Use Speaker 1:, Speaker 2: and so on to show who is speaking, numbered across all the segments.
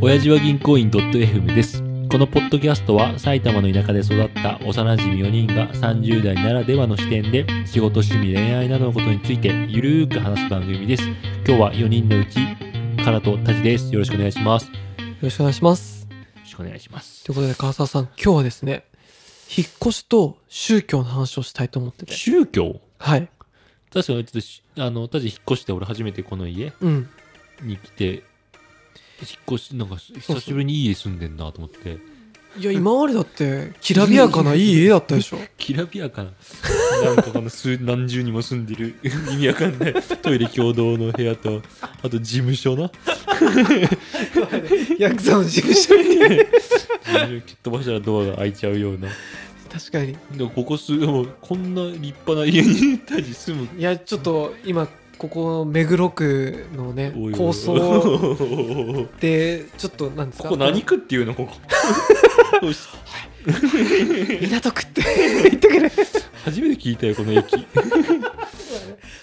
Speaker 1: 親父は銀行員 .fm です。このポッドキャストは埼玉の田舎で育った幼馴染4人が30代ならではの視点で仕事、趣味、恋愛などのことについてゆるーく話す番組です。今日は4人のうち、からとたちです。よろしくお願いします。よ
Speaker 2: よろしくお願いします。
Speaker 1: ろしくお願いします
Speaker 2: という。ことで、川沢さん、今日はですね、引っ越しと宗教の話をしたいと思ってて。
Speaker 1: 宗教
Speaker 2: はい。
Speaker 1: 確かにちょっとし、あの、たち引っ越して俺初めてこの家
Speaker 2: うん。
Speaker 1: に来て、引っ越し、なんか久しぶりにいい家住んでんなと思って。
Speaker 2: いや、今までだって、きらびやかない い家だったでしょ。
Speaker 1: きらびやかな。なんかこの数何十人も住んでる意味わかんないトイレ共同の部屋とあと事務所な事
Speaker 2: ヤクザの事務所に。
Speaker 1: 務所蹴っ飛ばしたらドアが開いちゃうような
Speaker 2: 確かに。
Speaker 1: でもここ数もうこんな立派な家にたち住む
Speaker 2: いや、ちょっと、今、ここ、目黒区のね
Speaker 1: おいおいおい、
Speaker 2: 構
Speaker 1: お
Speaker 2: 想
Speaker 1: いおいおい
Speaker 2: で、ちょっと、なんです
Speaker 1: こ
Speaker 2: か。
Speaker 1: こ何区っていうのここよし
Speaker 2: 港区って言 ってくれ。
Speaker 1: 初めて聞いたよこの駅し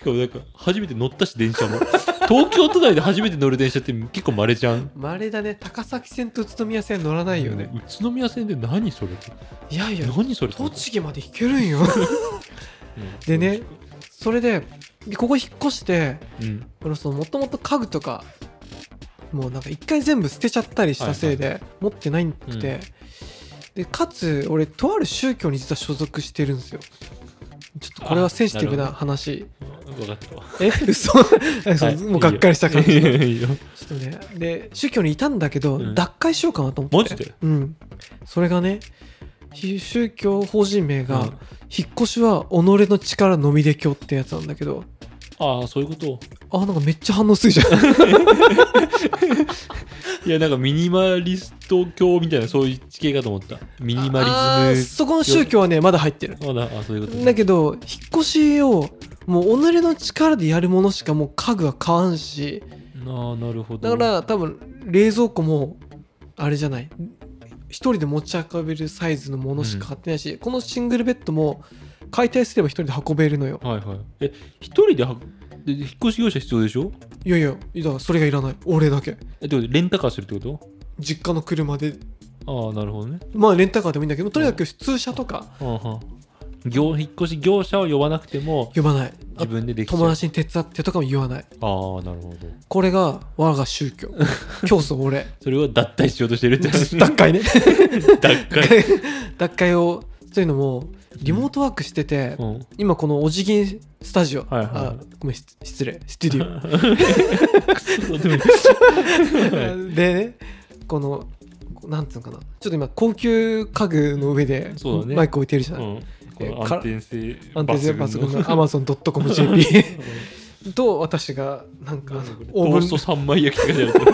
Speaker 1: かもなんか初めて乗ったし電車も東京都内で初めて乗る電車って結構まれじゃん
Speaker 2: まれだね、高崎線と宇都宮線乗らないよね。
Speaker 1: 宇都宮線で何それ
Speaker 2: いやいや、
Speaker 1: 何それ
Speaker 2: 栃木まで行けるんよ。でね、それで、ここ引っ越して、
Speaker 1: うん、
Speaker 2: このそのもともと家具とかもうなんか一回全部捨てちゃったりしたせいで持ってないんくて、でかつ俺とある宗教に実は所属してるんですよちょっとこれはセンシティブな話
Speaker 1: 分かったわ。
Speaker 2: え嘘そうもうがっかりした感
Speaker 1: い
Speaker 2: じ
Speaker 1: いよいいよ
Speaker 2: ちょっとねで宗教にいたんだけど、
Speaker 1: うん
Speaker 2: 脱会しようかなと思って
Speaker 1: マジで
Speaker 2: うんそれがね宗教法人名が、
Speaker 1: うん
Speaker 2: 引っ越しは己の力のみで教ってやつなんだけど
Speaker 1: ああ、そういうこと。
Speaker 2: あなんかめっちゃ反応するじゃん
Speaker 1: いや、なんかミニマリスト教みたいな、そういう地形かと思った。ミニマ
Speaker 2: あー
Speaker 1: リズ
Speaker 2: そこの宗教はねまだ入ってる
Speaker 1: ム。まだ、あそういうことね。
Speaker 2: だけど引っ越しをもう己の力でやるものしかもう家具は買わんし
Speaker 1: ああ、なるほ
Speaker 2: だ
Speaker 1: ど。
Speaker 2: から多分冷蔵庫もあれじゃない一人で持ち運べるサイズのものしか買ってないし、このシングルベッドも解体すれば一人で運べるのよ
Speaker 1: はいはい。え、一人ではで引っ越し業者必要でしょ
Speaker 2: いやいやだからそれがいらない俺だけ
Speaker 1: え、ってことレンタカーするってこ
Speaker 2: 実家の車で
Speaker 1: とああ、なるほどね。
Speaker 2: まあレンタカーでもいいんだけどとにかく普通車とか
Speaker 1: あーはー業引っ越し業者を呼ばなくても、
Speaker 2: 呼ばない
Speaker 1: 自分でできちゃう。
Speaker 2: 友
Speaker 1: あ
Speaker 2: 達に手伝ってとかも言わな
Speaker 1: あ
Speaker 2: い
Speaker 1: ー、なるほど。
Speaker 2: これが我が宗 教教祖俺
Speaker 1: それを脱退しようとしてる って話。
Speaker 2: 脱会ね
Speaker 1: 脱会。
Speaker 2: 脱会をというのもリモートワークしてて、
Speaker 1: うん。
Speaker 2: 今このお辞儀スタジオ、
Speaker 1: はいはい
Speaker 2: あごめんし失礼スタジ
Speaker 1: そうでもいい
Speaker 2: オ でねこのなんつうのかなちょっと今高級家具の上で
Speaker 1: そうだね
Speaker 2: マイク置いてるじゃない、
Speaker 1: うん、こ
Speaker 2: え
Speaker 1: の
Speaker 2: か
Speaker 1: 安定性
Speaker 2: 安定性抜群 の amazon.com.jp と私がなんかあの
Speaker 1: オ
Speaker 2: オ
Speaker 1: ー
Speaker 2: ー
Speaker 1: ブン
Speaker 2: ブ
Speaker 1: と三枚焼きとかじゃなくて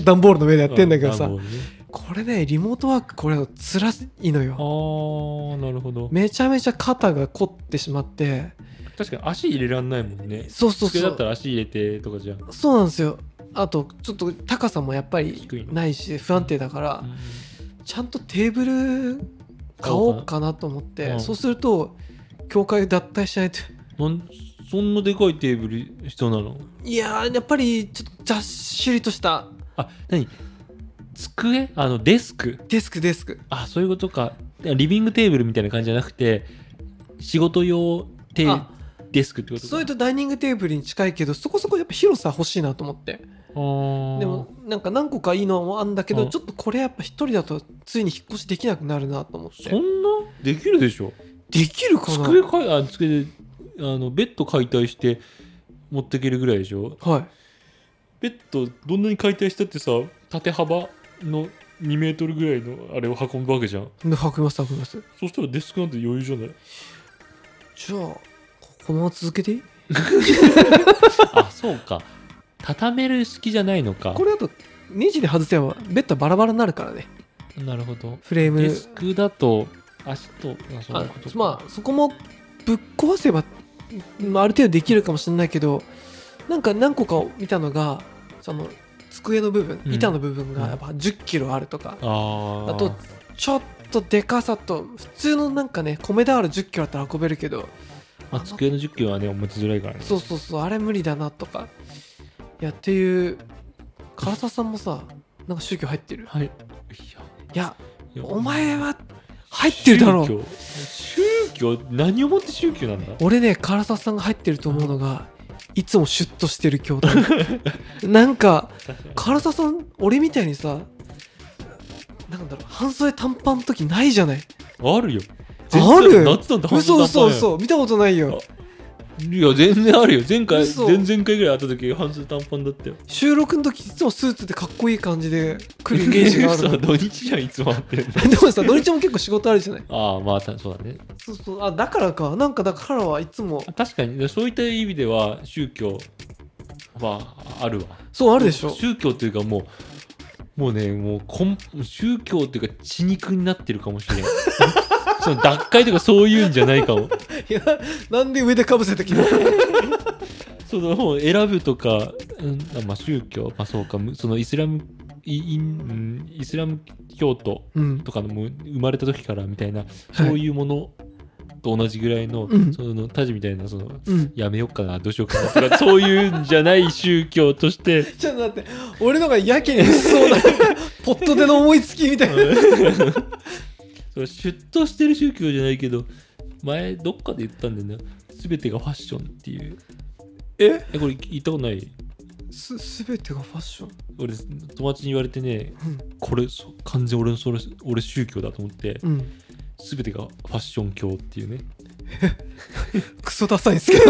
Speaker 2: ン段ボールの上でやってんだけどさ、
Speaker 1: うん
Speaker 2: これねリモートワークこれ辛いの
Speaker 1: あ
Speaker 2: よ
Speaker 1: ーなるほど
Speaker 2: めちゃめちゃ肩が凝ってしまって
Speaker 1: 確かに足入れらんないもんね
Speaker 2: そうそう
Speaker 1: 机
Speaker 2: そ
Speaker 1: だっ
Speaker 2: う
Speaker 1: たら足入れてとかじゃん
Speaker 2: そうなんですよあとちょっと高さもやっぱり
Speaker 1: 低いの
Speaker 2: ないし不安定だからちゃんとテーブル買おうかなと思っ
Speaker 1: う
Speaker 2: て
Speaker 1: ん
Speaker 2: そうすると教会脱退しないと
Speaker 1: なんそんなでかいテーブル人なの
Speaker 2: いやーやっぱりちょっとざっしりとした
Speaker 1: あ何机あのデスク
Speaker 2: デスクデスク
Speaker 1: あそういうことかリビングテーブルみたいな感じじゃなくて仕事用テー
Speaker 2: あ
Speaker 1: デスクってことか
Speaker 2: それとダイニングテーブルに近いけどそこそこやっぱ広さ欲しいなと思って
Speaker 1: あー
Speaker 2: でもなんか何個かいいのもあんだけ
Speaker 1: う
Speaker 2: ど
Speaker 1: ん
Speaker 2: ちょっとこれやっぱ一人だとついに引っ越しできなくなるなと思っ
Speaker 1: そ
Speaker 2: て
Speaker 1: んなできるでしょ
Speaker 2: できるかな
Speaker 1: 机かいあ机であのベッド解体して持っていけるぐらいでしょ
Speaker 2: はい
Speaker 1: ベッドどんなに解体したってさ縦幅の2メートルぐらいのあれを運ぶわけじゃん
Speaker 2: 運びます運びます
Speaker 1: そしたらデスクなんて余裕じゃない
Speaker 2: じゃあこのまま続けていい
Speaker 1: あそうか畳める式じゃないのか
Speaker 2: これだとネジで外せばベッドバラバラになるからね
Speaker 1: なるほど
Speaker 2: フレーム
Speaker 1: デスクだと足とあそう
Speaker 2: あ
Speaker 1: いうことか
Speaker 2: まあそこもぶっ壊せば、まあ、ある程度できるかもしれないけどなんか何個か見たのがその机の部分
Speaker 1: うん
Speaker 2: 板の部分
Speaker 1: う
Speaker 2: が
Speaker 1: ん
Speaker 2: やっぱ1 0キロあるとか、
Speaker 1: あー
Speaker 2: あとちょっとでかさと普通のなんかね米俵1 0キロだったら運べるけど
Speaker 1: まあ机の10キロはね持ちづらいからね
Speaker 2: そうそうそうあれ無理だなとかいやっていう唐沢さんもさなんか宗教入ってる
Speaker 1: はいい
Speaker 2: いや
Speaker 1: や
Speaker 2: お前は入ってるだろ
Speaker 1: 宗
Speaker 2: う
Speaker 1: 教宗教何をもって宗教なんだ
Speaker 2: 俺ね唐沢さんが入ってると思うのがいつもシュッとしてる 教団なんか唐沢さん俺みたいにさなんだろう半袖短パンの時ないじゃない
Speaker 1: あるよ
Speaker 2: あ
Speaker 1: 全
Speaker 2: る
Speaker 1: 然夏なんて半袖
Speaker 2: 嘘
Speaker 1: 短パン
Speaker 2: 嘘
Speaker 1: や
Speaker 2: 嘘見たことないよ
Speaker 1: いや全然あるよ前回
Speaker 2: 嘘
Speaker 1: 前々回ぐらい会った時半袖短パンだったよ
Speaker 2: 収録の時いつもスーツでかっこいい感じで来るイメージがある
Speaker 1: 嘘
Speaker 2: ので
Speaker 1: 土日じゃんいつも会ってるの
Speaker 2: もさ土日も結構仕事あるじゃない
Speaker 1: ああまあたそうだね
Speaker 2: そうそうあだからかなんかだからはいつも
Speaker 1: 確かにそういった意味では宗教はあるわ
Speaker 2: そうあるでしょ
Speaker 1: 宗教というかもうもうねもう根宗教というか血肉になってるかもしれな いその脱会とかそういうんじゃないかも
Speaker 2: いやなんで上でかぶせてきた
Speaker 1: そのもう選ぶとか、うんまあ、宗教、まあ、そうかむそのイスラムイインうんイスラム教徒
Speaker 2: うん
Speaker 1: とかのもう生まれた時からみたいな、そういうものと同じぐらいの、
Speaker 2: うん
Speaker 1: そのタジみたいなその
Speaker 2: うん
Speaker 1: やめようかなどうしようかなとかそういうんじゃない宗教として
Speaker 2: ちょっと待って俺のがやけに薄そうなポットでの思いつきみたいな
Speaker 1: そうシュッとしてる宗教じゃないけど前どっかで言ったんだよね全てがファッションっていう
Speaker 2: え
Speaker 1: えこれ言ったことない
Speaker 2: す全てがファッション
Speaker 1: 俺友達に言われてねこれそう完全俺のそれ俺宗教だと思って
Speaker 2: うん、うん、
Speaker 1: 全てがファッション教っていうね
Speaker 2: クソダサいんですけど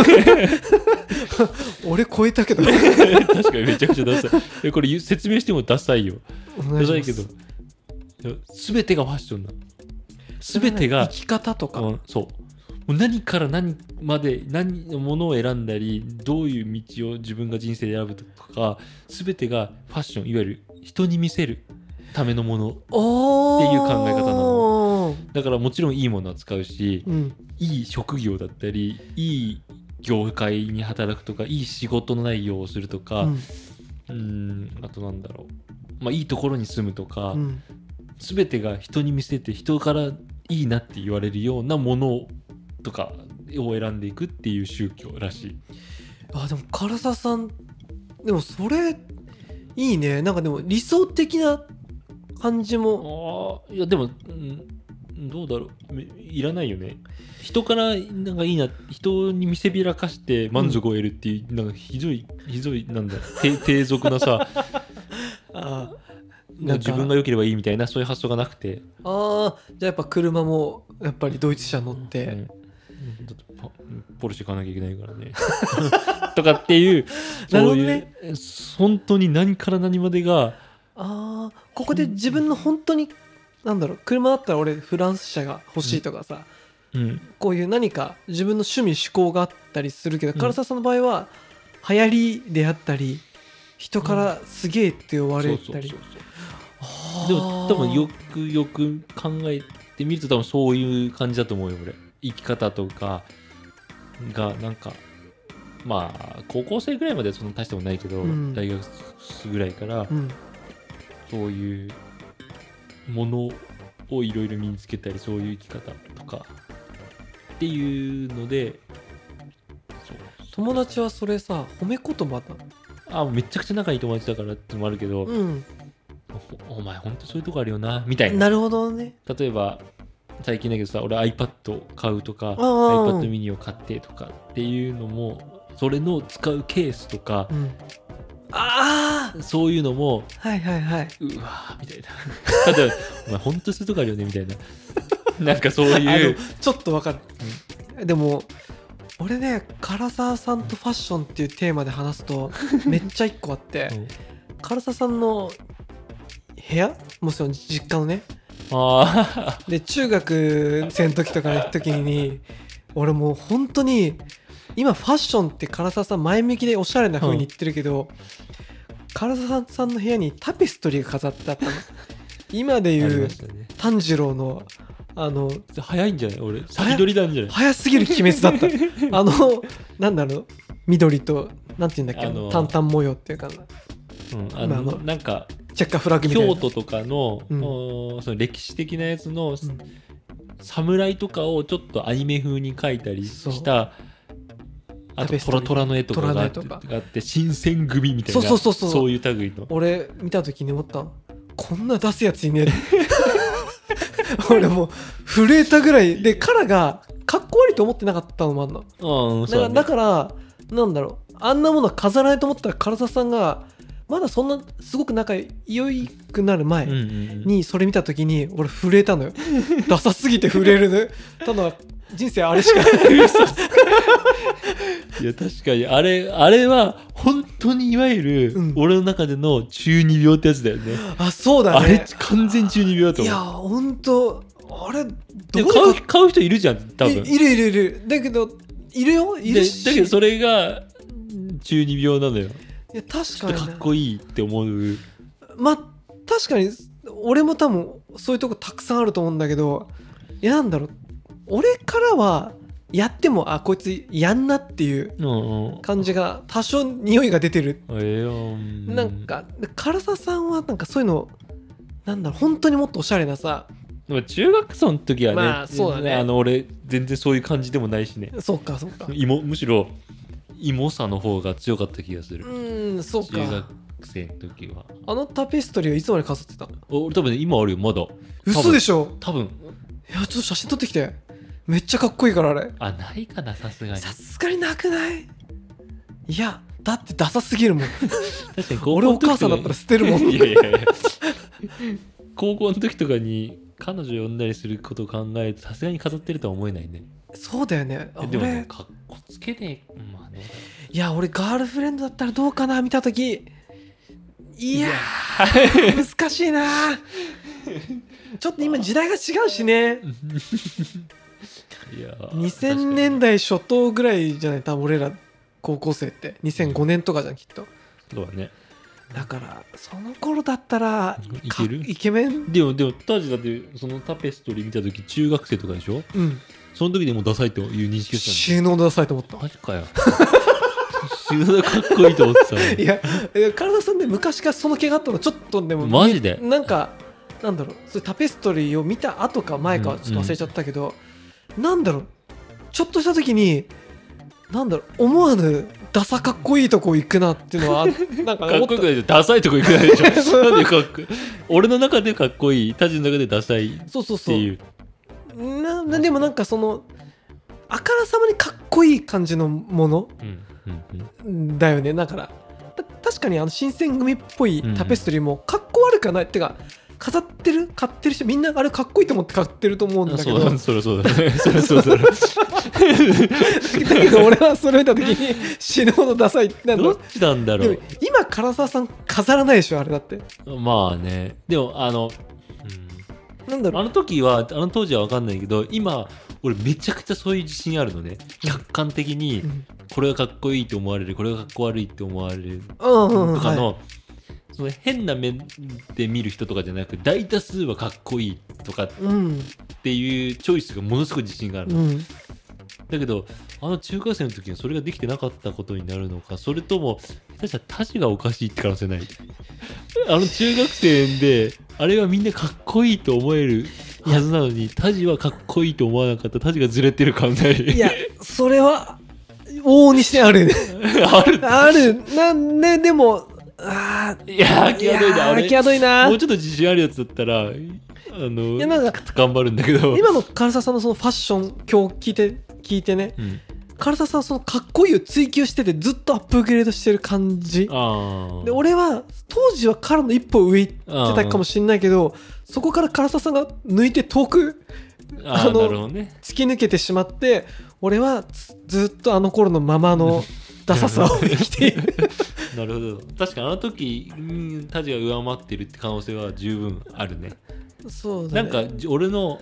Speaker 2: 俺超えたけど
Speaker 1: 確かにめちゃくちゃダサいえこれ言う説明してもダサいよ
Speaker 2: ダ
Speaker 1: ダサいけどいや全てがファッションなの全てが
Speaker 2: 生き方とか、
Speaker 1: うん、そうもう何から何まで何のものを選んだりどういう道を自分が人生で選ぶとか全てがファッションいわゆる人に見せるためのもの
Speaker 2: お
Speaker 1: っていう考え方な
Speaker 2: の
Speaker 1: だからもちろんいいものは使うし
Speaker 2: うん
Speaker 1: いい職業だったりいい業界に働くとかいい仕事の内容をするとか
Speaker 2: う
Speaker 1: うんーんあとなんだろう、まあ、いいところに住むとか、
Speaker 2: うん
Speaker 1: 全てが人に見せて人からいいなって言われるようなものとかを選んでいくっていう宗教らしい
Speaker 2: あでも唐沢さんでもそれいいねなんかでも理想的な感じも
Speaker 1: ああいやでも、うん、どうだろうめいらないよね人からなんかいいな人に見せびらかして満足を得るっていう、なんかひどいひどいなんだ低低俗なさ
Speaker 2: あ
Speaker 1: なんか自分が良ければいいみたいなそういう発想がなくて、
Speaker 2: あーじゃあやっぱ車もやっぱりドイツ車乗っ
Speaker 1: うん
Speaker 2: て、
Speaker 1: だってパポルシェ買わなきゃいけないからね とかっていう
Speaker 2: なる
Speaker 1: そ
Speaker 2: ほど
Speaker 1: ういう
Speaker 2: ね
Speaker 1: 本当に何から何までが
Speaker 2: ああここで自分の本当になんだろう車だったら俺フランス車が欲しいとかさ、
Speaker 1: うん、
Speaker 2: こういう何か自分の趣味趣向があったりするけど
Speaker 1: うん
Speaker 2: 唐沢さんの場合は流行りであったり人からすげえって言われたり、
Speaker 1: そうそう
Speaker 2: あ
Speaker 1: そう
Speaker 2: ー
Speaker 1: でも多分よくよく考えてみると多分そういう感じだと思うよ俺生き方とかがなんかまあ高校生ぐらいまではそんな大したことないけど、
Speaker 2: うん
Speaker 1: 大学ぐらいから
Speaker 2: うん
Speaker 1: そういうものをいろいろ身につけたりそういう生き方とかっていうのでそう
Speaker 2: 友達はそれさ褒め言葉だ
Speaker 1: あめちゃくちゃ仲いい友達だからってのもあるけど、
Speaker 2: うん
Speaker 1: おお前ほんとそういうとこあるよなみたいな
Speaker 2: なるほどね
Speaker 1: 例えば最近だけどさ俺 iPad を買うとか
Speaker 2: うんうんうん
Speaker 1: iPad mini を買ってとかっていうのもそれの使うケースとか
Speaker 2: うんあ
Speaker 1: そういうのも
Speaker 2: あはいはいはいう
Speaker 1: わーみたいな 例えば「お前ほんとそういうとこあるよね」みたいななんかそういう
Speaker 2: あのちょっとわかる、でも俺ね唐沢さんとファッションっていうテーマで話す とめっちゃ一個あって
Speaker 1: うん
Speaker 2: 唐沢さんの部屋もうその実家のね
Speaker 1: あ
Speaker 2: で中学生の時とかの時に俺もう本当に今ファッションって唐沢さん前向きでおしゃれな風に言ってるけど、唐沢さんの部屋にタペストリーが飾ってあったの今で
Speaker 1: ーあり
Speaker 2: 言う
Speaker 1: ましたね
Speaker 2: 炭治郎のあの
Speaker 1: 早いんじゃない俺先取りなんじゃない
Speaker 2: 早すぎる鬼滅だったあのなんだろう緑となんて言うんだっけ、
Speaker 1: あのー
Speaker 2: 淡々模様っていうかな
Speaker 1: うんあ
Speaker 2: ま
Speaker 1: の
Speaker 2: あまあ
Speaker 1: なんか
Speaker 2: チェッカーフラッグみたいな
Speaker 1: 京都とかの,、
Speaker 2: うん
Speaker 1: おーその歴史的なやつの、
Speaker 2: ん
Speaker 1: 侍とかをちょっとアニメ風に描いたりしたあ
Speaker 2: タ
Speaker 1: と
Speaker 2: ペス
Speaker 1: ト
Speaker 2: ト
Speaker 1: ラ
Speaker 2: リー
Speaker 1: トラの絵とかがあって
Speaker 2: 虎の絵と
Speaker 1: あって新選組みたいな
Speaker 2: そうそうそうそう
Speaker 1: いう類の
Speaker 2: 俺見た時に思ったのこんな出すやついねえ 俺もう震えたぐらいでカラがかっこ悪いと思ってなかったのもあんの
Speaker 1: うん、
Speaker 2: だか
Speaker 1: そう
Speaker 2: ら
Speaker 1: だね
Speaker 2: だからなんだろうあんなものは飾らないと思ったら唐沢さんがまだそんなすごく仲良いくなる前
Speaker 1: うんうんうん
Speaker 2: にそれ見た時に俺震えたのよダサすぎて震えるねただ人生あれしか
Speaker 1: いや確かにあれあれは本当にいわゆる
Speaker 2: うん
Speaker 1: 俺の中での中二病ってやつだよね、
Speaker 2: あそうだ
Speaker 1: あれ
Speaker 2: ね
Speaker 1: 完全中二病だと
Speaker 2: い
Speaker 1: 思う
Speaker 2: やほんとあれど
Speaker 1: で
Speaker 2: こ
Speaker 1: 買
Speaker 2: で
Speaker 1: う買う人いるじゃん多分
Speaker 2: いいるいるいるだけどいるよい
Speaker 1: でだ
Speaker 2: るし
Speaker 1: けどそれが中二病なのよ
Speaker 2: いや確
Speaker 1: ちょっと
Speaker 2: かに
Speaker 1: か
Speaker 2: な
Speaker 1: っこいいって思う
Speaker 2: まあ確かに俺も多分そういうとこたくさんあると思うんだけどいやなんだろう俺からはやってもあこいつやんなっていう
Speaker 1: うんうん
Speaker 2: 感じが多少匂いが出てる
Speaker 1: ええうん
Speaker 2: なんか唐沢さんはなんかそういうのなんだろう本当にもっとおしゃれなさ
Speaker 1: でも中学生の時はね,、
Speaker 2: まあそうだね
Speaker 1: あの俺全然そういう感じでもないしね
Speaker 2: そうかそうか
Speaker 1: 芋むしろ芋さの方が強かった気がす
Speaker 2: う
Speaker 1: る
Speaker 2: ーんそう
Speaker 1: 中学
Speaker 2: か
Speaker 1: 生の時は
Speaker 2: あのタペストリーはいつまで飾ってた
Speaker 1: お俺多分ね今あるよまだ
Speaker 2: 嘘でしょ
Speaker 1: 多分
Speaker 2: いやちょっと写真撮ってきてめっちゃかっこいいからあれ
Speaker 1: あないかなさすがに
Speaker 2: さすがになくないいやだってダサすぎる もん
Speaker 1: 確かに
Speaker 2: 俺お母さんだったら捨てるもん
Speaker 1: いやいやいや 高校の時とかに彼女呼んだりすることを考えるとさすがに飾ってるとは思えないね
Speaker 2: そうだよね
Speaker 1: えでもね
Speaker 2: 俺
Speaker 1: かっこつけねえまあね
Speaker 2: いや俺ガールフレンドだったらどうかな見た時いやー 難しいなちょっと今時代が違うしね
Speaker 1: いやー
Speaker 2: 2000年代初頭ぐらいじゃない多分俺ら高校生って2005年とかじゃんきっと
Speaker 1: 確かにそうだね
Speaker 2: だからその頃だったら
Speaker 1: い
Speaker 2: か
Speaker 1: ける
Speaker 2: イケメン
Speaker 1: でもでも当時だってそのタペストリー見た時中学生とかでしょ
Speaker 2: うん
Speaker 1: その時でもうダサいという認識をした
Speaker 2: 収納ダサいと思った
Speaker 1: のマジかよ死ぬほどかっこいいと思ってたの
Speaker 2: いや、いや体さんで昔からその毛があったのちょっとでも
Speaker 1: マジで
Speaker 2: なんかなんだろうそれタペストリーを見た後か前かはちょっと忘れちゃったけど、なんだろうちょっとした時になんだろう思わぬダサかっこいいとこ行くなっていう のはあなんか
Speaker 1: か
Speaker 2: 思
Speaker 1: っ
Speaker 2: っ
Speaker 1: こよく
Speaker 2: た
Speaker 1: ないでしょダサいとこ行くないでし
Speaker 2: そ
Speaker 1: ょ
Speaker 2: う
Speaker 1: なんでかっこ俺の中でかっこいい他人の中でダサいっ
Speaker 2: そうそうそ
Speaker 1: て
Speaker 2: う
Speaker 1: いう
Speaker 2: ななでもなんかそのあからさまにかっこいい感じのもの
Speaker 1: うんうんうん
Speaker 2: だよねだからた確かにあの新選組っぽいタペストリーもかっこ悪くはない、ってか飾ってる買ってる人みんなあれかっこいいと思って買ってると思うんだ
Speaker 1: あ
Speaker 2: け
Speaker 1: そう
Speaker 2: ど
Speaker 1: だ
Speaker 2: だ
Speaker 1: ねそりゃそうだねそりゃそうだね
Speaker 2: けど俺はそれを見た時に死ぬほどダサいなんだ
Speaker 1: どっちなんだ
Speaker 2: で
Speaker 1: ろ
Speaker 2: も今唐沢さん飾らないでしょあれだって
Speaker 1: うまあねでもあの、
Speaker 2: なん
Speaker 1: う
Speaker 2: だ
Speaker 1: ん、
Speaker 2: ろ
Speaker 1: あ
Speaker 2: う
Speaker 1: の時はあの当時は分かんないけど今俺めちゃくちゃそういう自信あるのね客観的に
Speaker 2: うん
Speaker 1: これがかっこいいと思われるこれがかっこ悪いって思われる
Speaker 2: うんうんうん
Speaker 1: とかの、
Speaker 2: はい
Speaker 1: その変な目で見る人とかじゃなく大多数はかっこいいとか
Speaker 2: うん
Speaker 1: っていうチョイスがものすごい自信がある
Speaker 2: う
Speaker 1: の、
Speaker 2: ん
Speaker 1: だけどあの中学生の時にそれができてなかったことになるのかそれとも下手したら他者がおかしいって可能性ない あの中学生であれはみんなかっこいいと思えるはずなのに他人はかっこいいと思わなかった他人がずれてる感じ
Speaker 2: いやそれは往々にしてあるね
Speaker 1: ある
Speaker 2: あるなんででもあー
Speaker 1: いやー
Speaker 2: い
Speaker 1: 際どいな
Speaker 2: や
Speaker 1: あれ
Speaker 2: ー際どいな
Speaker 1: もうちょっと自信あるやつだったらあの
Speaker 2: いやなんか
Speaker 1: ちょっと頑張るんだけど、
Speaker 2: 今の唐沢さんのそのファッション今日聞いて聞いてね
Speaker 1: うん、
Speaker 2: 唐沢さんはそのかっこいいを追求しててずっとアップグレードしてる感じ
Speaker 1: ああ
Speaker 2: で俺は当時はからの一歩上行ってたかもしれないけどそこから唐沢さんが抜いて遠く
Speaker 1: あー
Speaker 2: あの
Speaker 1: なるほどね
Speaker 2: 突き抜けてしまって俺はずずっとあの頃のま まのダサさを生きている
Speaker 1: なるほど確かにあの時うんタジが上回ってるって可能性は十分あるね
Speaker 2: そう
Speaker 1: な
Speaker 2: だ
Speaker 1: ん
Speaker 2: ね
Speaker 1: かじ俺の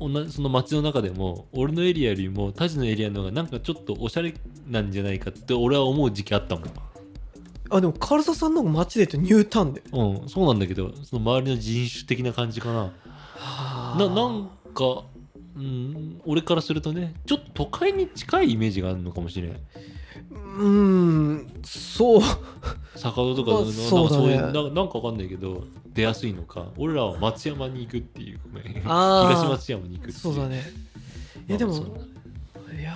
Speaker 1: おなその街の中でも俺のエリアよりもタジのエリアの方がなんかちょっとおしゃれなんじゃないかって俺は思う時期あったも
Speaker 2: あでも唐沢さんの方が街で言うとニュータウンで
Speaker 1: んうんそうなんだけどその周りの人種的な感じかなななんか、うん、俺からするとねちょっと都会に近いイメージがあるのかもしれん
Speaker 2: うーんそう
Speaker 1: 坂戸とか
Speaker 2: まあ
Speaker 1: なんか
Speaker 2: そうだ
Speaker 1: そうい
Speaker 2: ね
Speaker 1: うなんかなんかわかんないけど出やすいのか俺らは松山に行くっていうごめん
Speaker 2: あー
Speaker 1: 東松山に行くっていう
Speaker 2: そうだね
Speaker 1: ま
Speaker 2: え
Speaker 1: あ
Speaker 2: でも
Speaker 1: そうだね
Speaker 2: いや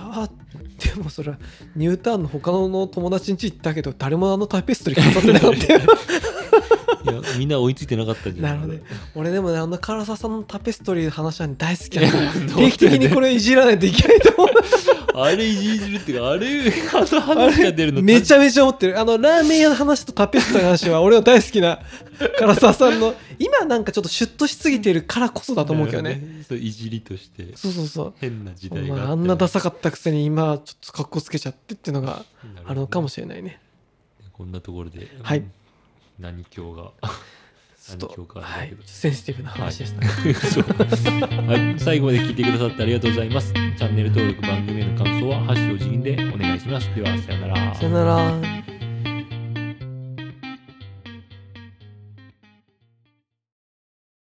Speaker 2: ーでもそれはニュータウンの他の友達ん家行ったけど誰もあのタペストリー飾ってなかったよ
Speaker 1: いやみんな追いついてなかったんじゃ ない
Speaker 2: なるほど
Speaker 1: あれ
Speaker 2: 俺でもねあの唐沢さんのタペストリーの話はね大好き
Speaker 1: い
Speaker 2: な
Speaker 1: や
Speaker 2: の
Speaker 1: 本当だよね
Speaker 2: 定期的にこれいじらないといけないと思う
Speaker 1: あれいじるっていうか、あれ、あの話が出るの
Speaker 2: めちゃめちゃ思ってるあのラーメン屋の話とタペストリーの話は俺の大好きな唐沢さんの今なんかちょっとシュッとしすぎてるからこそだと思うけどね。
Speaker 1: そういじりとして、
Speaker 2: そうそうそう
Speaker 1: 変な時
Speaker 2: お
Speaker 1: 代
Speaker 2: 前
Speaker 1: があって。
Speaker 2: あんなダサかったくせに今ちょっと格好つけちゃってっていうのが
Speaker 1: なるほどね
Speaker 2: あるのかもしれないね
Speaker 1: こんなところで、
Speaker 2: はい
Speaker 1: うん何教が。
Speaker 2: ちょっと
Speaker 1: 何教かあ
Speaker 2: は
Speaker 1: れ
Speaker 2: い
Speaker 1: だけど
Speaker 2: センシティブな話でした、
Speaker 1: はいそうはい、最後まで聞いてくださってありがとうございます。チャンネル登録、番組への感想は、ハッシュを辞任でお願いします。では、さよなら
Speaker 2: さよなら